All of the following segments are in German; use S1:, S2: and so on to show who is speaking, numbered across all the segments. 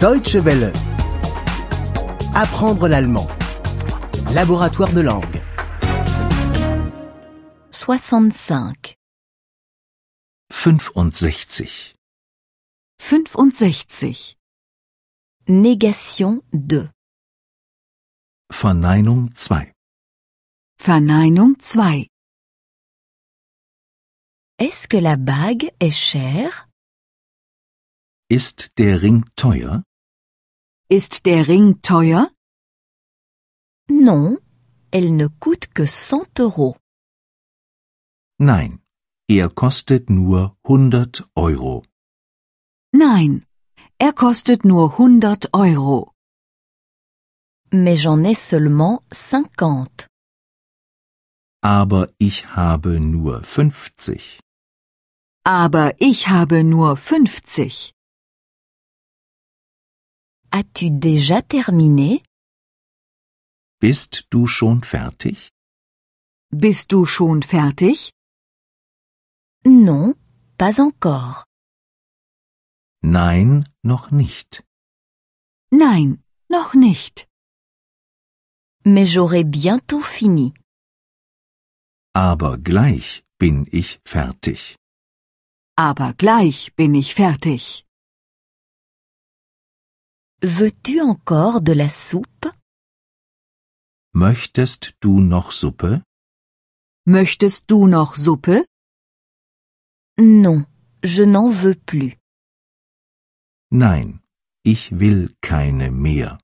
S1: Deutsche Welle. Apprendre l'allemand. Laboratoire de langue.
S2: 65.
S3: 65.
S2: 65. Négation de.
S3: Verneinung 2.
S4: Verneinung 2.
S2: Est-ce que la bague est chère
S3: Ist der Ring teuer?
S4: Ist der Ring teuer?
S2: Non, elle ne coûte que 100 euros.
S3: Nein. Er kostet nur 100 Euro.
S4: Nein, er kostet nur 100 Euro.
S2: Mais j'en ai seulement 50.
S3: Aber ich habe nur 50.
S4: Aber ich habe nur 50.
S2: As-tu déjà terminé
S3: Bist du schon fertig?
S4: Bist du schon fertig?
S2: Non, pas encore.
S3: Nein, noch nicht.
S4: Nein, noch nicht.
S2: Mais j'aurai bientôt fini.
S3: Aber gleich bin ich fertig.
S4: Aber gleich bin ich fertig.
S2: Veux-tu encore de la soupe
S3: Möchtest du noch Suppe?
S4: Möchtest du noch Suppe?
S2: Non, je n'en veux plus.
S3: Nein, ich will keine mehr.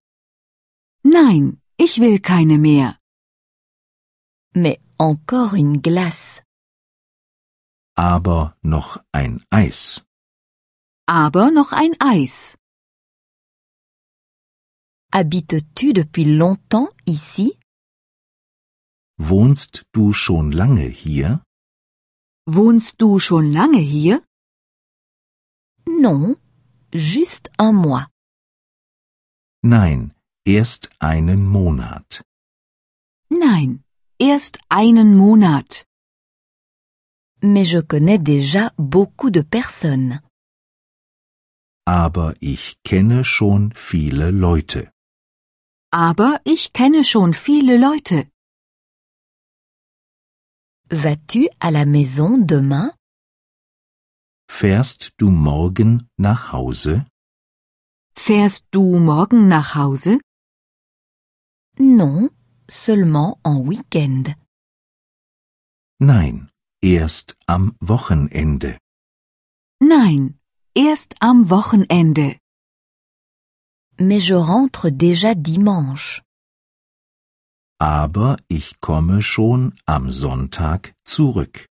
S4: Nein, ich will keine mehr.
S2: Mais encore une glace.
S3: Aber noch ein Eis.
S4: Aber noch ein Eis.
S2: Habites-tu depuis longtemps ici
S3: Wohnst du schon lange hier?
S4: Wohnst du schon lange hier?
S2: Non, juste un mois.
S3: Nein, erst einen Monat.
S4: Nein, erst einen Monat.
S2: Mais je connais déjà beaucoup de personnes.
S3: Aber ich kenne schon viele Leute.
S4: Aber ich kenne schon viele Leute.
S2: Vas-tu à la maison demain
S3: Fährst du morgen nach Hause?
S4: Fährst du morgen nach Hause?
S2: Non, seulement en week-end.
S3: Nein, erst am Wochenende.
S4: Nein, erst am Wochenende.
S2: Mais je rentre déjà dimanche.
S3: Aber ich komme schon am Sonntag zurück.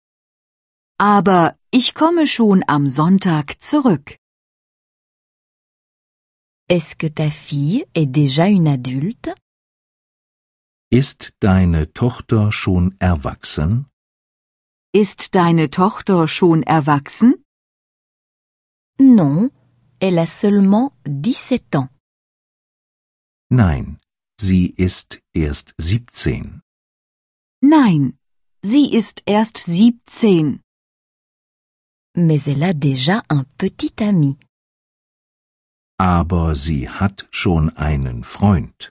S4: Aber ich komme schon am Sonntag zurück.
S2: Est-ce que ta fille est déjà une adulte
S3: Ist deine Tochter schon erwachsen?
S4: Ist deine Tochter schon erwachsen?
S2: Non, elle a seulement 17 ans.
S3: Nein, sie ist erst 17.
S4: Nein, sie ist erst 17,
S2: Mais elle a déjà un petit ami.
S3: Aber sie hat schon einen Freund.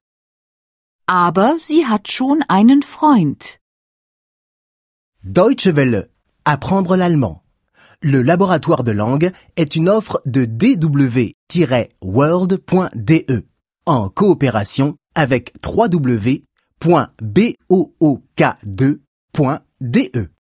S4: aber sie hat schon einen Freund.
S1: Deutsche Welle. Apprendre l'allemand. Le laboratoire de langue est une offre de dw-world.de E en coopération avec www.book2.de.